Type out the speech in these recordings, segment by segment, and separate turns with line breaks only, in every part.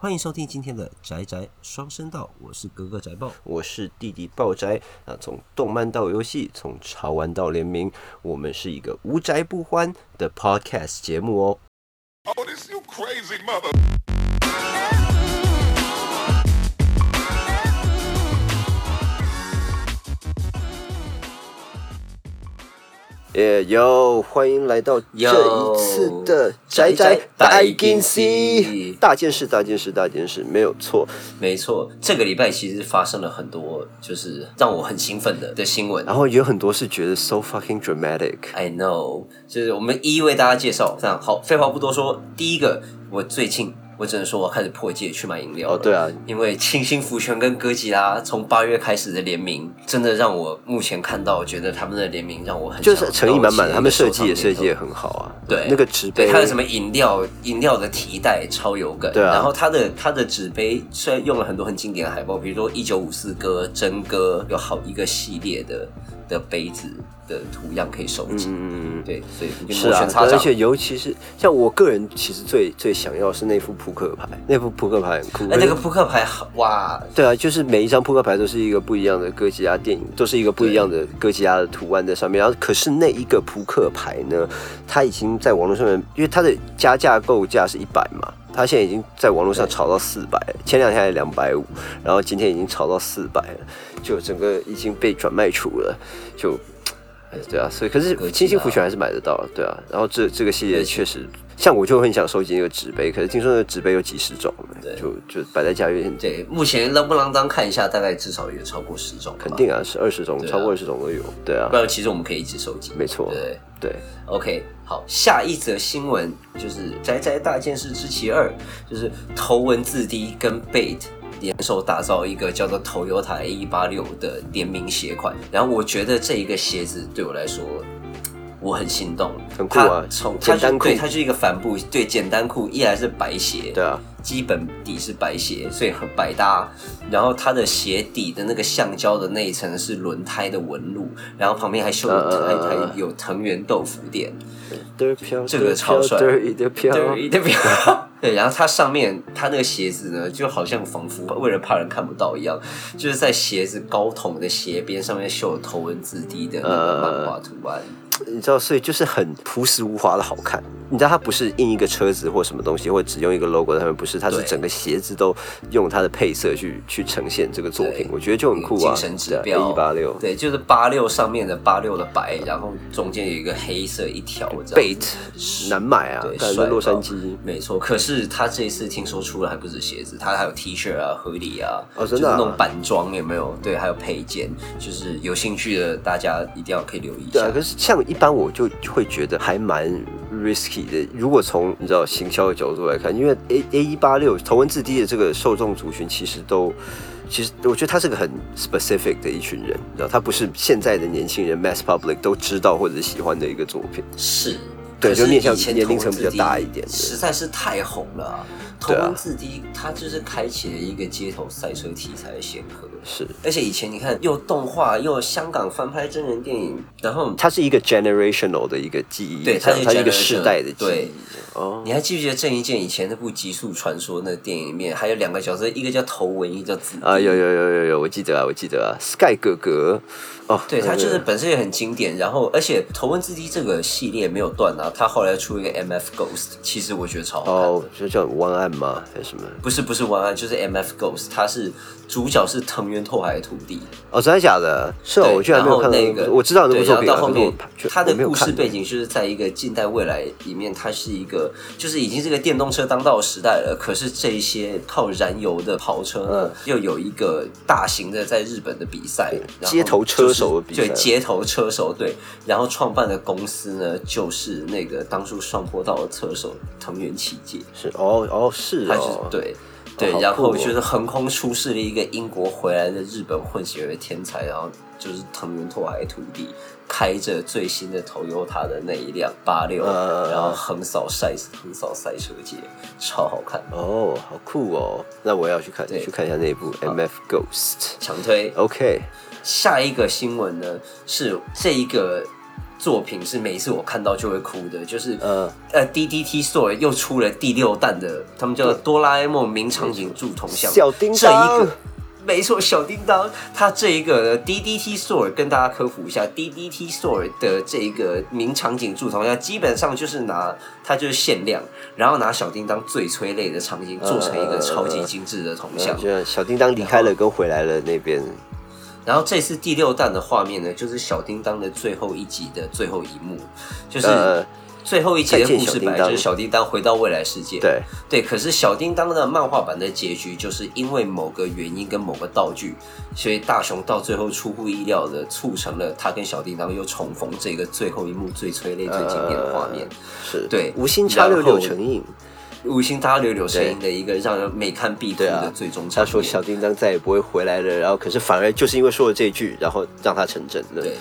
欢迎收听今天的宅宅双声道，我是格格宅爆。
我是弟弟爆宅啊，从动漫到游戏，从潮玩到联名，我们是一个无宅不欢的 podcast 节目哦。
Oh, this you crazy mother.
耶哟，欢迎来到这
哟
一次的宅
宅
宅
宅
大
大
件
件
事
事，
大件事，大件事，大件事，没有错。
没错，这个礼拜其实发生了很多就是让我很兴奋的的新闻。
然后有很多是觉得 so fucking dramatic。
I know，就是我们一一为大家介绍。这样好，废话不多说，第一个，我最近我只能说我开始破戒去买饮料了
哦，对啊，
因为清新福泉跟哥吉拉从八月开始的联名，真的让我目前看到觉得他们的联名让我很
就是诚意满满，他们设计也设计
也
也很好啊。
对
那个纸
对
杯，
它的什么饮料饮料的提袋超有梗，
对啊
然后它的它的纸杯虽然用了很多很经典的海报，比如说一九五四歌、真歌，有好一个系列的的杯子的图样可以收集。
嗯嗯嗯
对，所以你
是
摩
啊
拳，擦
而
掌。
且尤其是像我个人，其实最最想要是那副扑克牌，那副扑克牌很酷。
哎，那个扑克牌好哇，
对啊，就是每一张扑克牌都是一个不一样的哥吉拉电影，都是一个不一样的哥吉拉的图案在上面。然后，可是那一个扑克牌呢，它已经在网络上面，因为它的加价购价是一百嘛，它现在已经在网络上炒到四百，前两天还两百五，然后今天已经炒到四百了，就整个已经被转卖出了，就。哎对啊，所以可是
哥吉拉
清新福泉还是买得到，对啊。然后这这个系列确实，像我就很想收集那个纸杯，可是听说那个纸杯有几十种，就就摆在家有点
对，目前啷不啷当看一下，大概至少有超过十种吧，
肯定啊，是二十种，
对啊
超过二十种都有。对啊
不，然其实我们可以一直收集。
没错，
对
对，
OK，好，下一则新闻就是《宅宅大件事之其二》，就是头文字 D 跟 Bait 联手打造一个叫做 Toyota A 1 8 6的联名鞋款。然后我觉得这一个鞋子对我来说，我很心动，
很酷啊
它从
简
它就
单裤
对，它就是一个帆布，对，简单裤依然是白鞋，
对啊，
基本底是白鞋，所以很百搭。然后它的鞋底的那个橡胶的那一层是轮胎的纹路，然后旁边还绣
嗯嗯
还
嗯嗯
还有藤原豆腐店。
嘚儿飘，
这个超帅
嘚儿一的飘，
对，对，对，然后它上面它那个鞋子呢，就好像仿佛为了怕人看不到一样，就是在鞋子高筒的鞋边上面绣有头文字 D 的那
呃
个漫画图案。
你知道，所以就是很朴实无华的好看。你知道，它不是印一个车子或什么东西，或只用一个 logo，他们不是，它是
对
整个鞋子都用它的配色去去呈现这个作品
对，
我觉得就很酷啊。
精神指标
一八六
对，就是八六上面的八六的白，然后中间有一个黑色一条这样。
，Bait 难买啊
对，，
但是
帅
洛杉
爆
矶
没错。可是他这一次听说出了还不止鞋子，他还有 T 恤啊、合理啊，
哦真的啊
就是那种板装有没有？对，还有配件，就是有兴趣的大家一定要可以留意一
对
下。
啊，可是像一般我就会觉得还蛮 risky 的。如果从你知道行销的角度来看，因为 A A 一八六头文字 D 的这个受众族群其实都。其实我觉得他是个很 specific 的一群人，你知道，他不是现在的年轻人 mass public 都知道或者喜欢的一个作品。
是，
对
可是
就面向
以前
年龄层比较大一点
头文字 D
对
实在是太红了啊、头
对啊
文字 D 它就是开启了一个街头赛车题材的先河，
是，
而且以前你看又动画又香港翻拍真人电影，然后
它是一个 generational 的一个记忆，
对
它
它是
它是一个
generational，
世代的记
对
忆。哦，
你还记不记得郑伊健以前那部《极速传说》那电影里面还有两个角色，一个叫头文，一个叫子
啊，有有有有有，我记得啊，我记得啊，Sky 哥哥，哦，
对，它
那个
就是本身也很经典，然后而且《头文字 D》这个系列没有断啊，它后来出一个 MF Ghost，其实我觉得超好看的。
哦，就叫 One 案吗？还是什么？
不是不是玩案，就是 M F Ghost，他是主角是藤原透海的徒弟。
哦，真的假的？是哦，
对
我居然没有看到
然后那个，
我知道那
对
部作品
然
啊，
后到后
可是我
面
却
他的
我没有
故事
看
背景就是在一个近代未来里面，它是一个就是已经这个电动车当道的时代了，可是这一些靠燃油的跑车
嗯
呢，又有一个大型的在日本的比赛，然后
街头车手的比赛
就是对街头车手对，然后创办的公司呢就是那个当初上坡道的车手藤原启介。
是哦哦是
他就是
哦，
对对
好酷，
然后
哦
就是横空出世了一个英国回来的日本混血儿天才，然后就是藤原拓海的徒弟，开着最新的 Toyota 的那一辆八六，
嗯
然后横扫赛横扫赛车界，超好看，
哦，好酷哦！那我要去看
对
去看一下那部 M F Ghost。
强推。
OK，
下一个新闻呢是这一个作品是每一次我看到就会哭的，就是
嗯
呃呃 DDT Store 又出了第六弹的，他们叫做《哆啦 A 梦名场景柱铜像》
小叮
这一
当
个。没错，小叮当，它这一个呢 DDT Store 跟大家科普一下，DDT Store 的这一个名场景柱铜像，基本上就是拿它就是限量，然后拿小叮当最催泪的场景做成一个超级精致的铜像。
呃就像小叮当离开了跟回来了那边，
然后这次第六弹的画面呢，就是小叮当的最后一集的最后一幕，就是
呃
最后一集的
再见
故
小
事
叮
本来就
当
是小叮当回到未来世界。
对，
对，可是小叮当的漫画版的结局，就是因为某个原因跟某个道具，所以大雄到最后出乎意料的促成了他跟小叮当又重逢这个最后一幕最催泪、最经典的画面。
呃是
对
无心插柳
然后
柳成荫。
无心搭柳柳成荫的一个让人每看必哭
呃对
的
啊
最终
他
场
说
面。
小叮当再也不会回来了，然后可是反而就是因为说了这句，然后让他成真了。
对，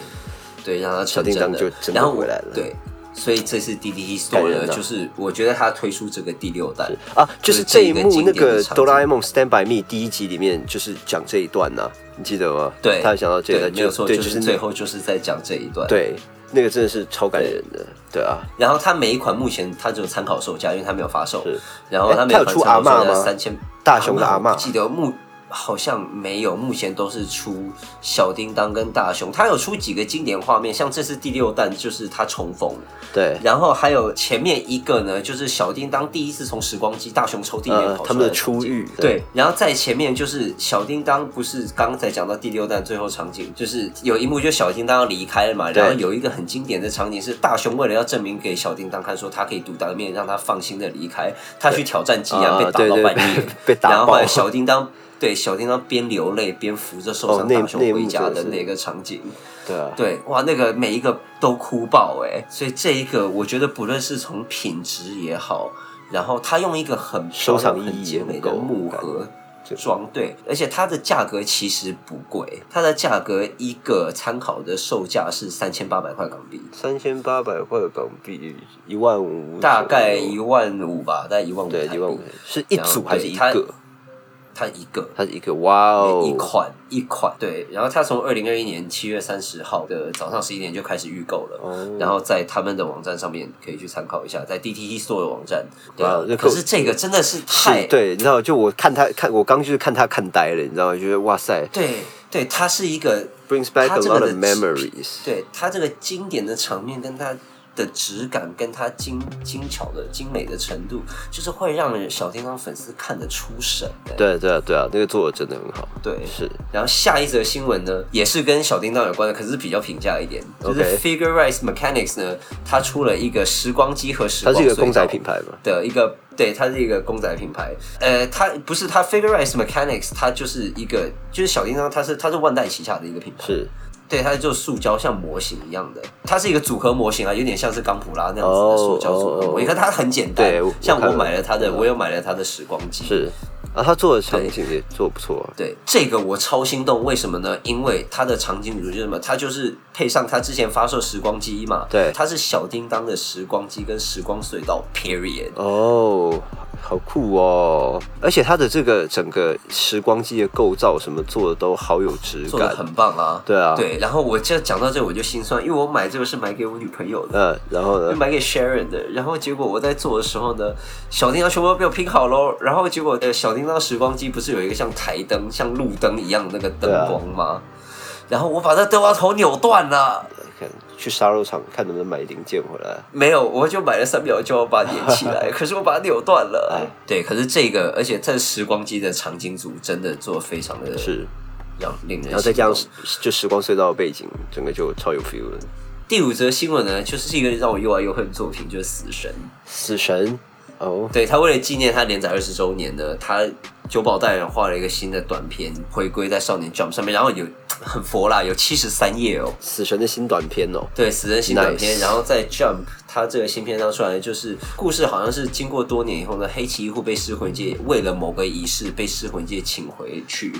对，让他
小
成
叮
真
当
了
就真的
然后我
回来了
对，所以这次 D D T
感
Store
人
呢，
啊
就是我觉得他推出这个第六代，
啊，就是这一幕
经
那
典的
个
场
哆啦 A
景
梦 Stand by Me 第一集里面就是讲这一段呐、你记得吗？
对，
他有讲到这一
对
段，
没有错，
对，
就
就是
是
那
最后就是在讲这一段。，
对那个真的是超感人的，对啊，
然后它每一款目前它只有参考售价，因为它没有发售
是。
然后
哎
它每
它有
一款
出
参
阿
考
嬷
售价
吗
三千。
大雄的阿嬷
我记得目好像没有，目前都是出小叮当跟大雄。它有出几个经典画面，像这次第六弹就是它重逢，
对，
然后还有前面一个呢，就是小叮当第一次从时光机大雄抽屉里面
呃
跑出来、，
他们的出。狱，
对，然后在前面就是小叮当，不是刚才讲到第六弹最后场景，就是有一幕就小叮当要离开了嘛，
对
然后有一个很经典的场景是大雄为了要证明给小叮当看说他可以独当一面，让他放心的离开，他去挑战吉安
啊
被打
对
到
对
半
被
夜，
被打
然后后来
爆
小叮当。对，小叮当边流泪边扶着受
哦
伤
那
大雄
那一幕
回家
真的
的
是
那个场景，
对啊，
对，哇，那个每一个都哭爆哎、所以这一个我觉得不论是从品质也好，然后他用一个很
收
漂亮
藏意
很
义
精
也
美
很
的
够
木
感
盒
觉
装，对，而且它的价格其实不贵，它的价格一个参考的售价是三千八百块港币，
三千八百块港币，一万五，
大概一万五吧，大概一万五，
对一万五，是一组还是一
然后对
个？
它一个。
它是一个，哇哦，
一款一款对，然后它从二零二一年七月三十号的早上十一点就开始预购了，
哦
然后在他们的网站上面可以去参考一下，在 DTT Store 的网站。对
哇
啊
这，
可
个
是这个真的是太
是，对，你知道，就我看他看，我刚就是看他看呆了，你知道吗？就觉得哇塞
对对，它是一个
，brings back
它
a
这个
lot
的
of memories。
对它这个经典的场面跟它的质感，跟它精精巧的精美的程度，就是会让人小叮当粉丝看得出神、欸。
对啊对啊对啊，那个做的真的很好，
对
是
然后下一则新闻呢，也是跟小叮当有关的，可是比较平价一点，就是
OK
Figure Rise Mechanics 呢，它出了一个时光机和时
它
光
是一个
隧道
公仔品牌嘛？
的一个，对，它是一个公仔品牌。呃，它不是它 Figure Rise Mechanics，它就是一个就是小叮当，它是它是万代旗下的一个品牌，
是
对，它是做塑胶像模型一样的，它是一个组合模型啊，有点像是钢普拉那样子的
哦
塑胶组合模
哦哦
型，可它很简单。
对我
像
我看
我
了嗯
买了它的，我有买了它的时光机，
是啊，他做的场景也做得不错啊，
对这个我超心动，为什么呢？因为它的场景主角是什么？它就是配上它之前发售时光机嘛，
对
它是小叮当的时光机跟时光隧道，period。
哦，好酷哦！而且它的这个整个时光机的构造什么做的都好有质
做的
感，
很棒啊！
对啊
对，然后我这讲到这我就心酸，因为我买这个是买给我女朋友的，
嗯，然后
就
呢？
买给 Sharon 的。然后结果我在做的时候呢，小叮当全部都被我拼好喽。然后结果呃，小叮当时光机不是有一个像台灯、像路灯一样的那个灯
对啊
光吗？然后我把那灯光头扭断了。
看去沙肉厂看能不能买零件回来。
没有，我就买了三秒就要把它粘起 来，可是我把它扭断了
哎。
对，可是这个，而且这时光机的场景组真的做得非常的
是，
让令人。
然后再加上时就时光隧道的背景，整个就超有 feel 了。
第五则新闻呢，就是一个让我又爱又恨的作品，就是《死神》。
死神哦，
对他为了纪念他连载二十周年呢，他久保带人画了一个新的短片，回归在少年 Jump 上面，然后有很佛啦，有七十三页哦。
死神的新短片哦，
对，死神新短片
Nice
然后在 Jump 它这个新篇章出来，就是故事好像是经过多年以后呢，黑崎一护被噬魂界为了某个仪式被噬魂界请回去，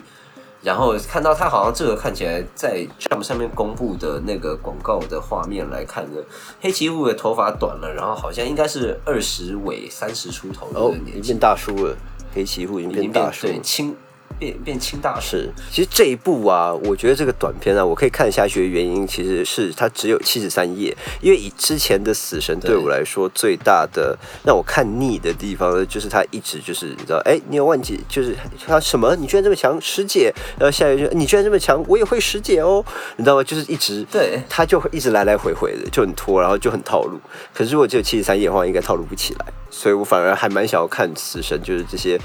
然后看到他好像这个看起来在 Jump 上面公布的那个广告的画面来看呢，黑崎一护的头发短了，然后好像应该是二十尾三十出头的
哦，
年
已经
纪，
变大叔了，黑崎一护已经
已经
变
变
大叔
对
了，
青变变清大师。
是，其实这一部啊，我觉得这个短片啊，我可以看下去的原因，其实是它只有七十三页，因为以之前的《死神》对
对
我来说最大的让我看腻的地方呢，就是它一直就是你知道，哎，你有万姐，就是他什么，你居然这么强，师姐，然后下一句你居然这么强，我也会师姐哦，你知道吗？就是一直
对
他就会一直来来回回的，就很拖，然后就很套路。可是如果只有七十三页的话，应该套路不起来，所以我反而还蛮想要看《死神》，就是这些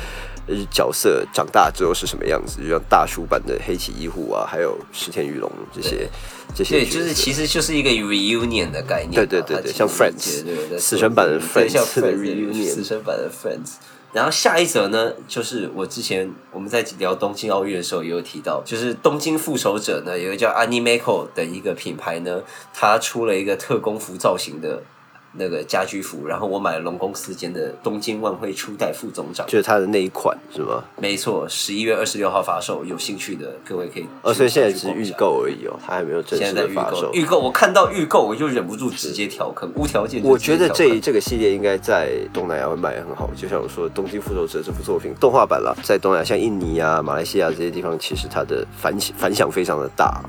呃角色长大之后是什么样子，就像大叔版的黑崎一护啊，还有石田裕隆这些这些
对，
角色。
就是其实就是一个 reunion 的概念嘛。
对对对对
它其实
像
是
Friends，
对对对
死神版的
对像
Friends 的
Friends，对
reunion
死神版的 Friends。然后下一则呢，就是我之前我们在聊东京奥运的时候也有提到，就是东京复仇者呢，有一个叫 Animeco 的一个品牌呢，它出了一个特工服造型的那个家居服，然后我买了龙宫寺间的东京万辉初代副总长，
就是他的那一款是吗？
没错，十一月二十六号发售，有兴趣的各位可以
哦，所以现在只是
去逛一
预
下
购而已哦，他还没有正式
现在
的
在预
发售
购，。预购我看到预购我就忍不住直接调坑，无条件就
我
直接
觉
调
得
坑。
这这个系列应该在东南亚会卖得很好，就像我说，《东京复仇者》这部作品动画版啦，在东南亚像印尼啊、马来西亚这些地方，其实它的反响反响非常的大。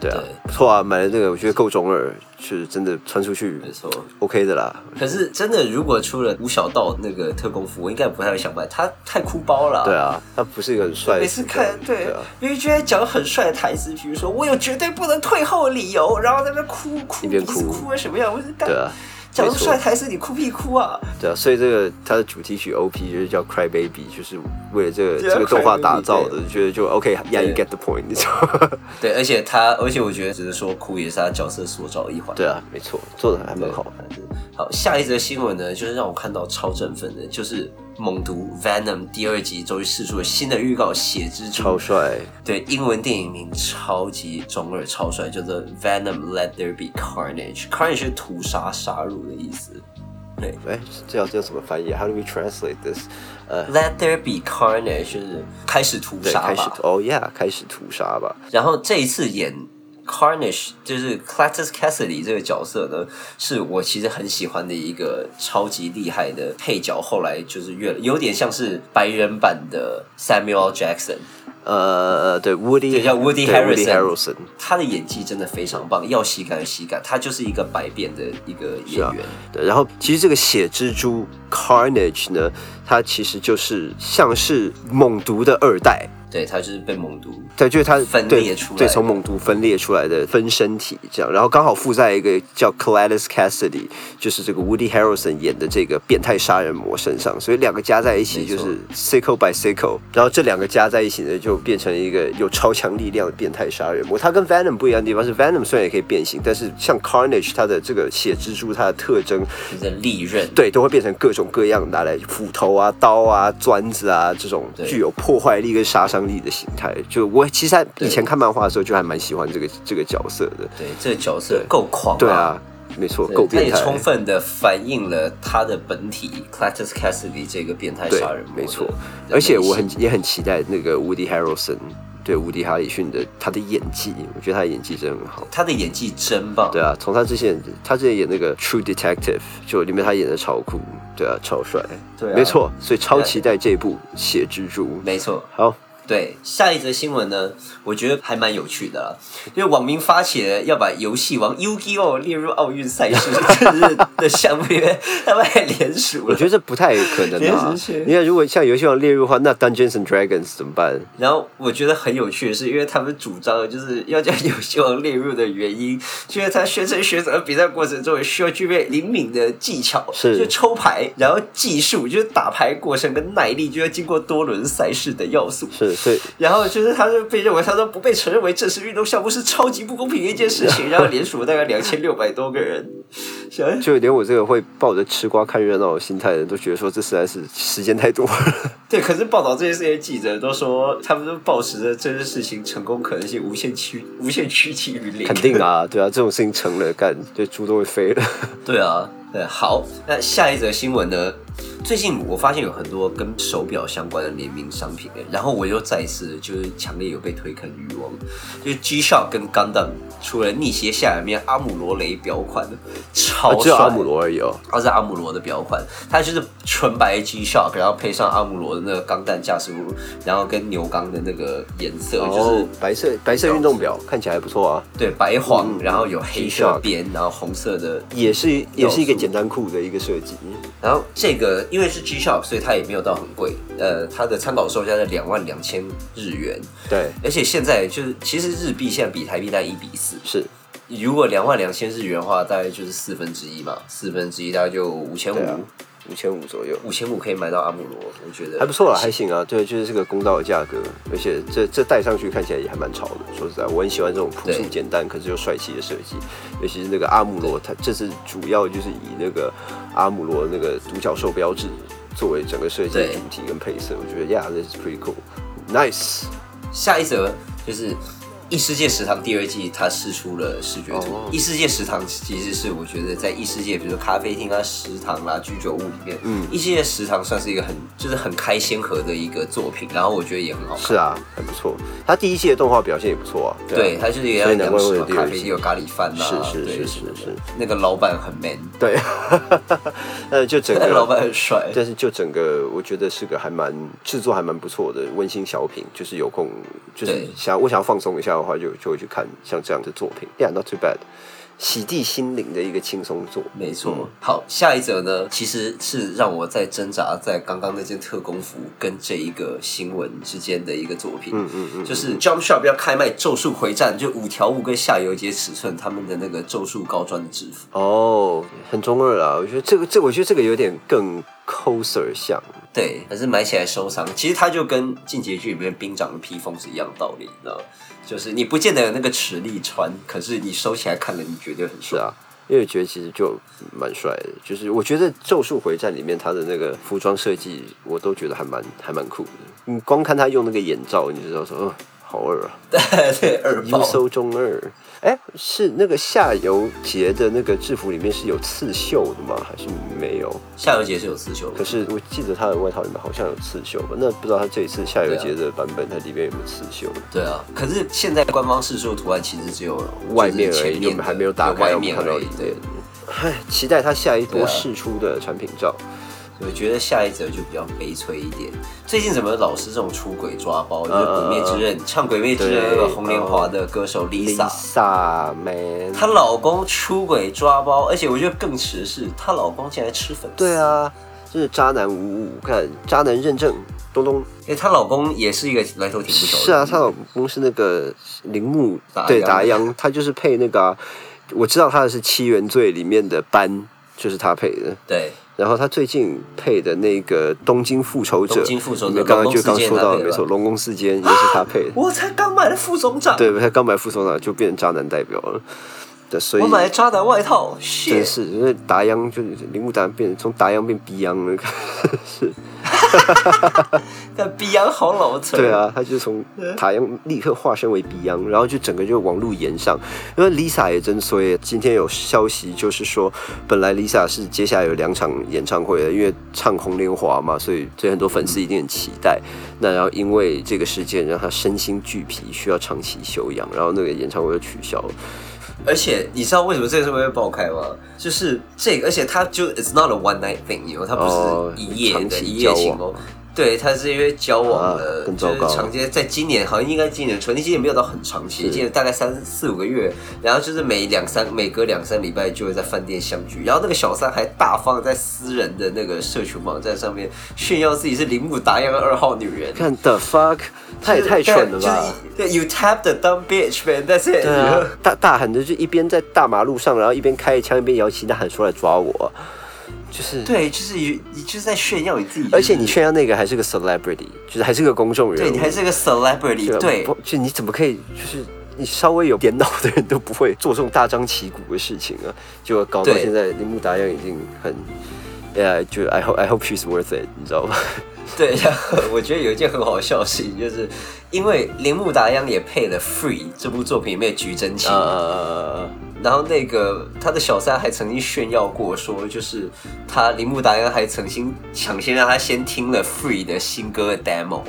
对啊，
对
不错啊，买了这个我觉得够中二，是真的穿出去
没错。
OK 的啦。
可是真的，如果出了吴小道那个特工服，我应该不太会想买，他太哭包了、
对，啊，他不是一个很帅的
每
人，
次看对
对啊。，
因为居然讲很帅的台词，比如说我有绝对不能退后的理由，然后在那边哭哭
一边
鼻子
哭
哭成什么样？我就干
对啊，
讲那
没
么
错
帅的台词，你哭屁哭啊？
对啊，所以这个它的主题曲 OP 就是叫 Cry Baby，就是为了这个
对啊
这个动画
Cry Baby，
打造的
对，
觉得就 OK，Yeah，you
对
get the point，你知道吗？
对，而且他，而且我觉得只是说哭也是他角色塑造的一环。
对啊，没错，做的还蛮好。
好，下一则新闻呢，就是让我看到超振奋的，就是《猛毒 Venom》第二集终于释出了新的预告，血蜘蛛
超帅，
对，英文电影名超级中二，超帅，叫做《Venom Let There Be Carnage》，Carnage 是屠杀、杀戮的意思。对
哎，这要这要怎么翻译啊？How do we translate this？呃，
，Let There Be Carnage 就是开始屠
对，
杀
开始
吧。
哦，Yeah，开始屠杀吧。
然后这一次演 Carnage 就是 Cletus Cassidy 这个角色呢，是我其实很喜欢的一个超级厉害的配角。后来就是越有点像是白人版的 Samuel L. Jackson，
呃呃，对，Woody，
对叫 Woody
对 Woody
Harrelson
Harrelson，
他的演技真的非常棒，要喜感有喜感，他就是一个百变的一个演
是啊
员。
对，然后其实这个血蜘蛛 Carnage 呢，它其实就是像是猛毒的二代，
对他就是被猛毒，
对，就是它
分
对
裂出来
对，
的
从猛毒分裂出来的分身体这样，然后刚好附在一个叫 Cladus Cassidy，就是这个 Woody Harrelson 演的这个变态杀人魔身上，所以两个加在一起
没
就
错
是 Psycho by Psycho，然后这两个加在一起呢，就变成一个有超强力量的变态杀人魔。它跟 Venom 不一样的地方是，Venom 虽然也可以变形，但是像 Carnage 它的这个血蜘蛛它的特征
就是利刃。
对，都会变成各种各样拿来斧头啊、刀啊、砖子啊这种
对
具有破坏力跟杀伤力的形态。就我其实还以
对
前看漫画的时候就还蛮喜欢这个这个角色的。
对，这个角色够狂、
对啊，没错，
对
够
他
变
也
态。
充分的反映了他的本体 Cletus Cassidy 这个变态
对
杀人，魔的。
没错
的。
而且
内
我
心
很也很期待那个 Woody Harrelson 对 Woody 哈里逊的他的演技，我觉得他的演技真的很好。
他的演技真棒。
对啊，从他之前他之前演那个 True Detective，就里面他演的超酷，对啊，超帅。
对啊
没错，所以超
对啊
期待这部血蜘蛛。
没错。
好，
对，下一则新闻呢，我觉得还蛮有趣的啦，因为网民发起了要把游戏王 Yu-Gi-Oh 列入奥运 赛事这是的项目，因为他们还联署
我
了
觉。得这不太可能啊
连时去！
你看，如果像游戏王列入的话，那 Dungeons and Dragons 怎么办？
然后我觉得很有趣的是，因为他们主张就是要将游戏王列入的原因，就是他宣称选手的比赛过程中也需要具备灵敏的技巧，
是
就抽牌，然后技术，就是打牌过程跟耐力，就要经过多轮赛事的要素。
是，所以
然后就是他就被认为，他说不被承认为正式运动项目是超级不公平的一件事 情，然后联署了大概两千六百多个人，想
就连我这个会抱着吃瓜看热闹的心态的人都觉得说，这实在是时间太多 了。
对，可是报道这件事情的记者都说，他们都抱持着这件事情成功可能性无限趋无限趋近于零，
肯定啊，对啊，这种事情成了，干这猪都会飞了。
对啊，对，好，那下一则新闻呢？最近我发现有很多跟手表相关的联名商品，然后我又再一次就是强烈有被推坑欲望，就是 G Shock 跟 Gundam 除了逆斜下面阿姆罗雷表款，
啊
超
只有阿姆
帅
罗而已哦。
它是阿姆罗的表款，它就是纯白 G Shock，然后配上阿姆罗的那个钢弹驾驶物，然后跟牛钢的那个颜色，
然
就
后
是
白色白色运动表看起来还不错啊，
对白黄，
嗯
然后有黑
G Shock
色边，然后红色的
也是也是一个
要素
简单酷的一个设计。
然后这个因为是 G Shock，所以它也没有到很贵，呃，它的参考售价在两万两千日元，
对，
而且现在就是其实日币现在比台币在一比四，
是
如果两万两千日元的话，大概就是四分之一嘛，四分之一大概就五千五
对，啊五千五左右，
五千五可以买到阿姆罗，我觉得
还不错啦，还行啊。对，就是这个公道的价格，而且这这戴上去看起来也还蛮潮的。说实在，我很喜欢这种朴素
对
简单，可是又帅气的设计。尤其是那个阿姆罗，它这次主要就是以那个阿姆罗那个独角兽标志作为整个设计的
对
主体跟配色，我觉得 Yeah，this is pretty cool。Nice，
下一则就是《异世界食堂》第二季，它试出了视觉图。
哦
异世界食堂其实是我觉得在异世界，比如说咖啡厅啊、食堂啦、居酒屋里面，
嗯
异世界食堂算是一个很就是很开先河的一个作品，然后我觉得也很好看。
是啊，很不错。它第一季的动画表现也不错啊，
对，
啊
它就是也
所以
有
难
两
怪
什
会有
么
第二
咖
季
啡厅有咖喱饭啦、啊，
是是
对
是
什么的
是是
那个老板很 man，
对， 呃，就整
那
个
个老板很帅，
但是就整个，我觉得是个还蛮制作还蛮不错的温馨小品，就是有空就是
对
想我想要放松一下的话就，就会去看像这样的作品。Yeah, not too bad，洗涤心灵的一个轻松作。
没错。好，下一则呢，其实是让我在挣扎在刚刚那件特工服跟这一个新闻之间的一个作品。嗯嗯嗯，就是 Jump Shop 要开卖《咒术回战》，就五条悟跟下游节尺寸他们的那个咒术高专的制服。
哦，很中二啦，我觉得这个这我觉得这个有点更 coser 像。
对，可是买起来收藏，其实它就跟《进击剧》里面兵长的披风是一样道理，你知道吗？就是你不见得有那个实力穿，可是你收起来看了，你绝对很
是
帅。
啊，因为觉得其实就蛮帅的，就是我觉得《咒术回战》里面他的那个服装设计，我都觉得还蛮还蛮酷的。你光看他用那个眼罩，你就知道说，哦，好二啊。
对，二
优
包。
搜中二。哎，是那个夏油杰的那个制服里面是有刺绣的吗？还是没有？
下游节是有刺绣的
可，是我记得他的外套里面好像有刺绣吧？那不知道他这一次夏
啊
油杰的版本，它里面有没有刺绣？
对啊，可是现在官方试出的图案其实只有
外面而已，
就
就是
前面的
还没有打开，
对
我
外
们
面
看到
而
里
已。
面
对，。
唉，期待他下一
对
波
啊
试出的产品照。
我觉得下一则就比较悲催一点。最近怎么老是这种出轨抓包？就是《鬼灭之刃》唱《鬼灭之刃》那个
呃对哦
红莲华的歌手 Lisa，
Lisa man，
她老公出轨抓包，而且我觉得更迟是她老公竟然吃粉丝。
对，啊，就是渣男五五，看渣男认证，东东
因哎为她老公也是一个来头挺不小的。
是啊，她老公是那个铃木
达
对
央
达央，他就是配那个啊、我知道他的是《七原罪》里面的班，就是他配的。
对，
然后他最近配的那个《东京复仇者》，
东京复仇者
你们刚刚
龙
就
宫
刚
事件
说
他
到的，
配的
没
吧
错，《龙宫事件》也是他配的。
我才刚买了副总长，
对，他刚买副手呢，就变成渣男代表了。对，所以
我买了渣男外套，谢
真是，因为达央就是铃木达央变成从达央变逼央了， 是。
但比洋好老 成。
对，啊，他就从塔央立刻化身为 Beyond，然后就整个就往路延上。因为 Lisa 也真衰，今天有消息就是说，本来 Lisa 是接下来有两场演唱会的，因为唱《红莲华》嘛，所以所以很多粉丝一定很期待。那然后因为这个事件让她身心俱疲，需要长期休养，然后那个演唱会就取消了。
而且你知道为什么这个事会被爆开吗？就是这个，而且它就 it's not a one night thing，you know，它
哦
不是一夜
长
的、
期
一夜情
交往
哦。对，它是因为交往
啊
了，
更糟
就是
糕
长期在今年，好像应该今年春，其实也没有到很长期，今年大概三四五个月，然后就是每两三每隔两三礼拜就会在饭店相聚，然后那个小三还大方在私人的那个社群网站上面炫耀自己是铃木达央的二号女人，
看 the fuck，他也太蠢了吧！
就是就是对，you tap the dumb bitch man，that's
对
it，you know？
啊，大大喊着就一边在大马路上，然后一边开枪一边摇旗呐喊说来抓我，就是
对，就是你，你就是在炫耀你自己，
而且
就是
你炫耀那个还是个 celebrity，就是还是个公众人物，
对你还是个 celebrity，
吧
对
啊不就你怎么可以就是你稍微有点脑的人都不会做这种大张旗鼓的事情啊？就搞到
对
现在铃木达央已经很，yeah，就 I hope I hope she's worth it，你知道 吗？
对。然后我觉得有一件很好笑的事情，就是因为铃木达央也配了《Free》这部作品里面的菊真琴，
呃，
然后那个他的小三还曾经炫耀过说，就是他铃木达央还曾经抢先让他先听了《Free》的新歌 demo。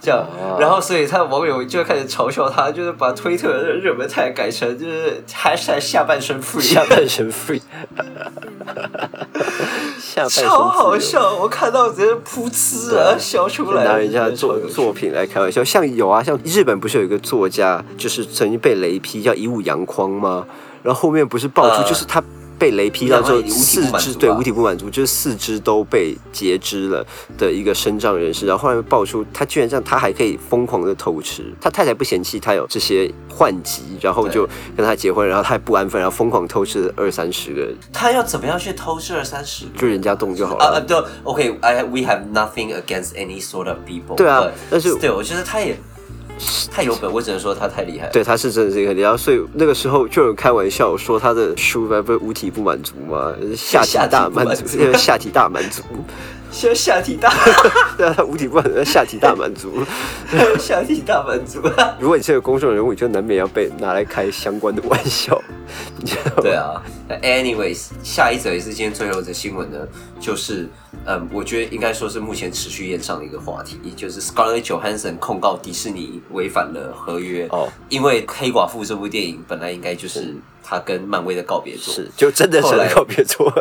这样
啊，
然后所以他的网友就开始嘲笑他，就是把推特的热门 tag 改成就是 hashtag 下半身 free，
下半身 free，下半身自由
超好，笑，我看到直接噗嗤啊笑出来，
拿人家作
真的是
作品来开玩笑，像有啊，像日本不是有一个作家，就是曾经被雷劈叫一物阳光吗？然后后面不是爆出，
呃
就是他被雷劈到之后
一物阳光已经
四
无体不满
肢
足啊
对五体不满足，就是四肢都被截肢了的一个身障人士，然后后来爆出他居然这样，他还可以疯狂的偷吃，他太太不嫌弃他有这些患疾，然后就跟他结婚，然后他还不安分，然后疯狂偷吃二三十个人，
他要怎么样去偷吃二三十个？
就人家动就好了。
啊啊，对，OK，I、we have nothing against any sort of people。
对啊但是
对，我觉得他也太有本，我只能说他太厉害了。
对，他是真的是一个很厉害，所以那个时候就有开玩笑说他的书不是五体不满足嘛，下体大满
下体不满
足，
足
那个下体大满足，
现在下体大，
对啊，他五体不满足，下体大满足。
下体大满足。
如果你是个公众人物，你就难免要被拿来开相关的玩笑，你知道吗？
对啊那，anyways，下一则也是今天最后的新闻呢，就是嗯，我觉得应该说是目前持续延上的一个话题，就是 Scarlett Johansson 控告迪士尼违反了合约，
哦，
因为《黑寡妇》这部电影本来应该就是他跟漫威的告别作，
是， 就真的
后
成
来
了告别作，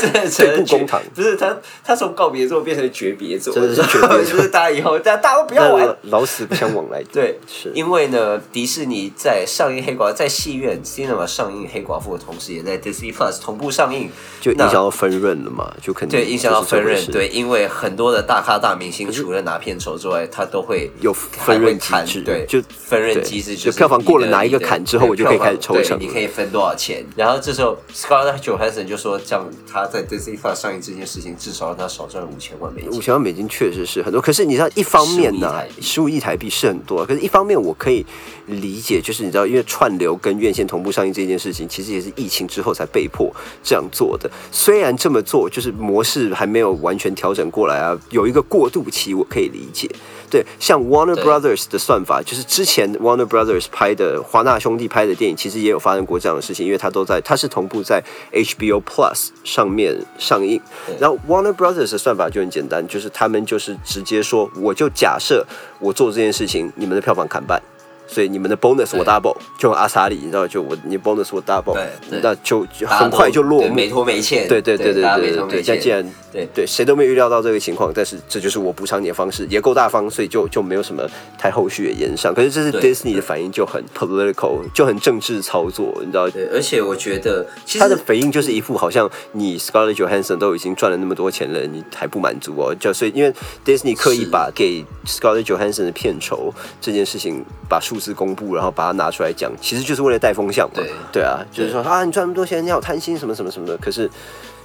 真的成了
对簿
诀
公堂
不是他，他从告别作变成诀别作，
真的是诀别作
就是大家以后大家大家都不 要玩
那。老死不相往来。
对，
是
因为呢，迪士尼在上映《黑寡》在戏院 cinema 上映《黑寡妇》的同时，也在 Disney Plus 同步上映，
就影
那
响到分润了嘛，就肯定
对影响到
就是这
分
回
润
事。
对，因为很多的大咖大明星除了拿片酬之外，他都会
有分润机
还会
制
砍对，
就
分润
对
机制
就是票房过了
你的
哪一个坎之后
你的
我就可以开始抽
对
成
你
了
可以分多少钱。然后这时候 Scarlett Johansson 就说，这样他在 Disney Plus 上映这件事情至少让他少赚五千万美
五
金。
千万美金确实是很多，可是你知道，一方面呢、十五亿台币是很多，可是一方面我可以理解，就是你知道，因为串流跟院线同步上映这件事情，其实也是疫情之后才被迫这样做的。虽然这么做就是模式还没有完全调整过来啊，有一个过渡期，我可以理解。对，像 Warner
对
Brothers 的算法，就是之前 Warner Brothers 拍的华纳兄弟拍的电影，其实也有发生过这样的事情，因为它都在，它是同步在 HBO Plus 上面上映。然后 Warner Brothers 的算法就很简单，就是他们就是直接说，我就假设我做这件事情，你们的票房砍半。所以你们的 bonus 我 double，就像阿萨里，你知道，就我你 bonus 我 double，
对对
那就就
大家
很
都
快就落
对
幕
没。拖没欠。
对对对对
大家
对
没拖
对
没
对，但既
欠。
然
对
对谁都没有预料到这个情况，但是这就是我补偿你的方式，也够大方，所以就就没有什么太后续的延上。可是这是
对
Disney 的反应就很 political，就很政治操作，你知道。
对，而且我觉得其实
他的反应就是一副好像你 Scarlett Johansson 都已经赚了那么多钱了，你还不满足哦？就所以因为 Disney 刻意
是
把给 Scarlett Johansson 的片酬这件事情把数字公布，然后把它拿出来讲，其实就是为了带风向嘛。
对
啊，就是说啊，你赚那么多钱，你好贪心什么什么什么的。可是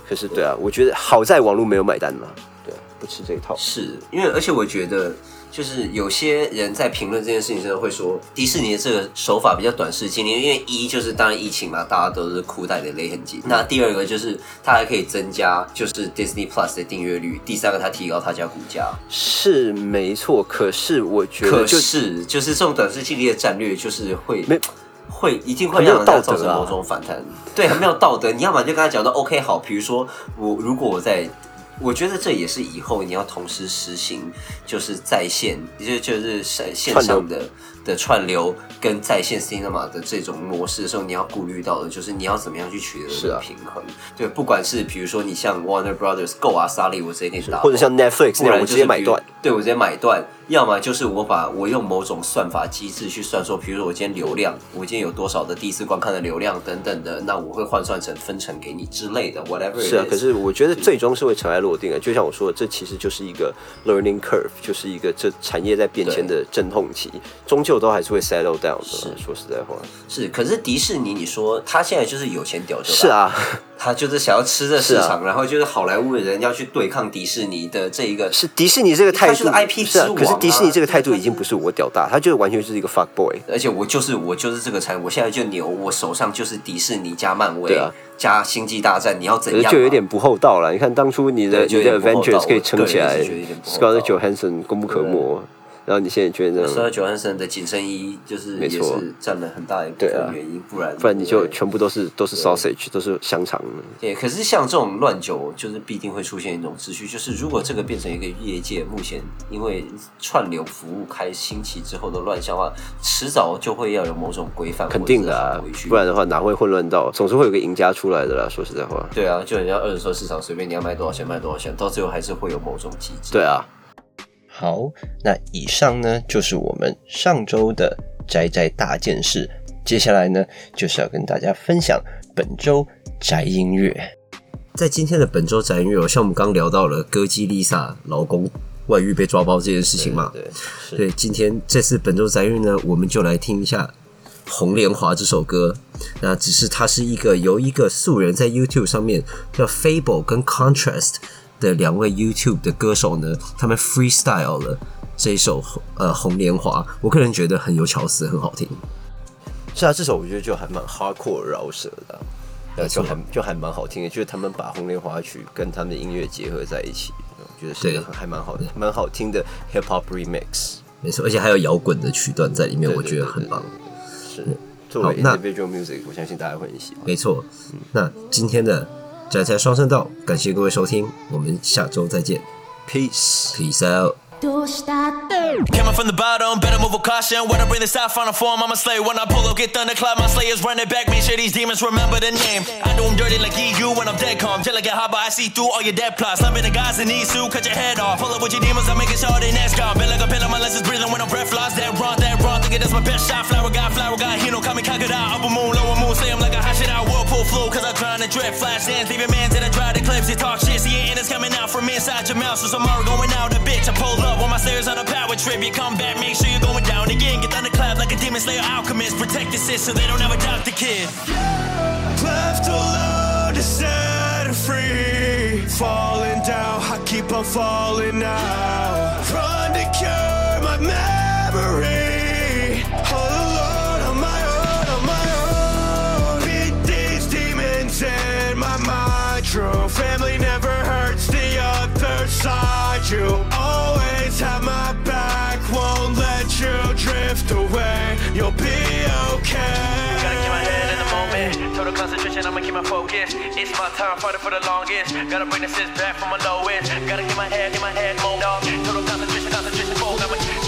可是对啊，我觉得好在网络没有买单嘛，对啊，不吃这一套。
是因为，而且我觉得，就是有些人在评论这件事情的时候会说，迪士尼的这个手法比较短视近利，因为一就是当然疫情嘛，大家都是裤带的勒痕紧。那第二个就是它还可以增加就是 Disney Plus 的订阅率，第三个它提高它家股价。
是没错，可是我觉得
可
就是
就是这种短视近利的战略，就是会
没
会一定会
很没有
让人家
道
造
德
成
啊
某种反弹，对，很没有道德。你要么就跟他讲到 OK 好，比如说我如果我在，我觉得这也是以后你要同时实行，就是在线，就就是线线上的的串流跟在线 cinema 的这种模式的时候，你要顾虑到的就是你要怎么样去取
是
得
啊
平衡。对，不管是比如说你像 Warner Brothers 够啊，沙利我直接给你打包，
或者像 Netflix
不
那
然
样，我
就是
直接买
比如
断。，
对我直接买断，要么就是我把我用某种算法机制去算说，比如说我今天流量，我今天有多少的第一次观看的流量等等的，那我会换算成分成给你之类的，whatever it is。
是啊，可是我觉得最终是会尘埃落定的。就像我说的，这其实就是一个 learning curve，就是一个这产业在变迁的阵痛期，终究都还是会 settle down 的。说实在话，
是，可是迪士尼，你说他现在就是有钱屌就大
是，啊，
他就是想要吃这市
是啊
场，然后就是好莱坞的人要去对抗迪士尼的这一个
是迪士尼这个态
它就
度
是 IP
是啊
之，王啊
可是迪士尼这个态度已经不是我屌大，他就是完全就是一个 fuck boy。
而且我就是我就是这个产业，我现在就牛，我手上就是迪士尼加漫威、
对啊
加星际大战，你要怎
可是
样、啊？
就有点不厚道了。你看当初你的
对就
你
有
的
点不厚道
Avengers 可以撑起来
我个人是觉得有点不厚道
，Scarlett Johansson 功不可没。然后你现在觉得呢？
说到 Johansson 的紧身衣，就是
呃没
也
错
是占了很大一部
对啊
分原因，不然
不然你就
对
全部都是都是 sausage，都是香肠了。
对，可是像这种乱酒，就是必定会出现一种秩序，就是如果这个变成一个业界目前因为串流服务开兴起之后的乱象的话，迟早就会要有某种规范，
肯定的啊
或者是，
不然的话哪会混乱到？总是会有个赢家出来的啦。说实在话，
对啊，就人家二手说市场随便你要卖多少钱卖多少钱，到最后还是会有某种机制。
对啊。好，那以上呢就是我们上周的宅宅大件事。接下来呢就是要跟大家分享本周宅音乐。
在今天的本周宅音乐，像我们刚聊到了歌姬 Lisa 老公外遇被抓包这件事情嘛，
对，是
对，今天这次本周宅运呢，我们就来听一下《红莲华》这首歌。那只是它是一个由一个素人在 YouTube 上面叫 Fable 跟 Contrast 的两位 YouTube 的歌手呢，他们 freestyle 了这一首呃《红莲华》，我个人觉得很有巧思，很好听。
是啊，这首我觉得就还蛮 hardcore 饶舌的啊、呃，就还就还蛮好听的，就是他们把红莲华曲跟他们的音乐结合在一起，我觉得是一个
对
很还蛮好的、蛮好听的 hip hop remix。
没错，而且还有摇滚的曲段在里面，
对
我觉得很棒。。
对对对对是，作为
嗯好那
individual music，我相信大家会很喜欢。
没错，那今天的宅宅双声道，感谢各位收听，我们下周再见
Peace。
，Peace out。
どうしたって」
Coming from the bottom, better move with caution. When I bring this out, final form, I'm a slay. When I pull up, get thunderclap, my slayers running back. Make sure these demons remember the name. I do them dirty like EU when I'm dead calm. Delicate hot, but I see through all your dead plots. I'm in the guys in these suit, cut your head off. Pull up with your demons, I'm making sure they next gone. Been like a pillow, my lessons breathing when I'm breath lost. That wrong, that wrong, thinking that's my best shot. Flower guy, flower guy, he don't call me crocodile. Upper moon, lower moon, say I'm like a hot shit out. Whirlpool flow, cause I drown and drip. Flash dance, leaving mans in a dry eclipse. They talk shit, see it, and it's coming out from inside your mouth. So tomorrow going out a bitch. I pull up on my stairs on a power trip. You come back, make sure you're going down again. Get thunderclap like a demon slayer alchemist. Protect your sis so they don't ever doubt the kid.
left alone to set her free. Falling down, I keep on falling now. Run to cure my memory. All alone on my own, on my own. Beat these demons in my mind. True family never hurts the other side. You always have my back, won't let you drift away. You'll be okay.
Gotta keep my head in the moment. Total concentration, I'ma keep my focus. It's my time, fighting for the longest. Gotta bring this back from my lowest. Gotta keep my head, keep my head, more dog. Total concentration, concentration, focus. I'ma keep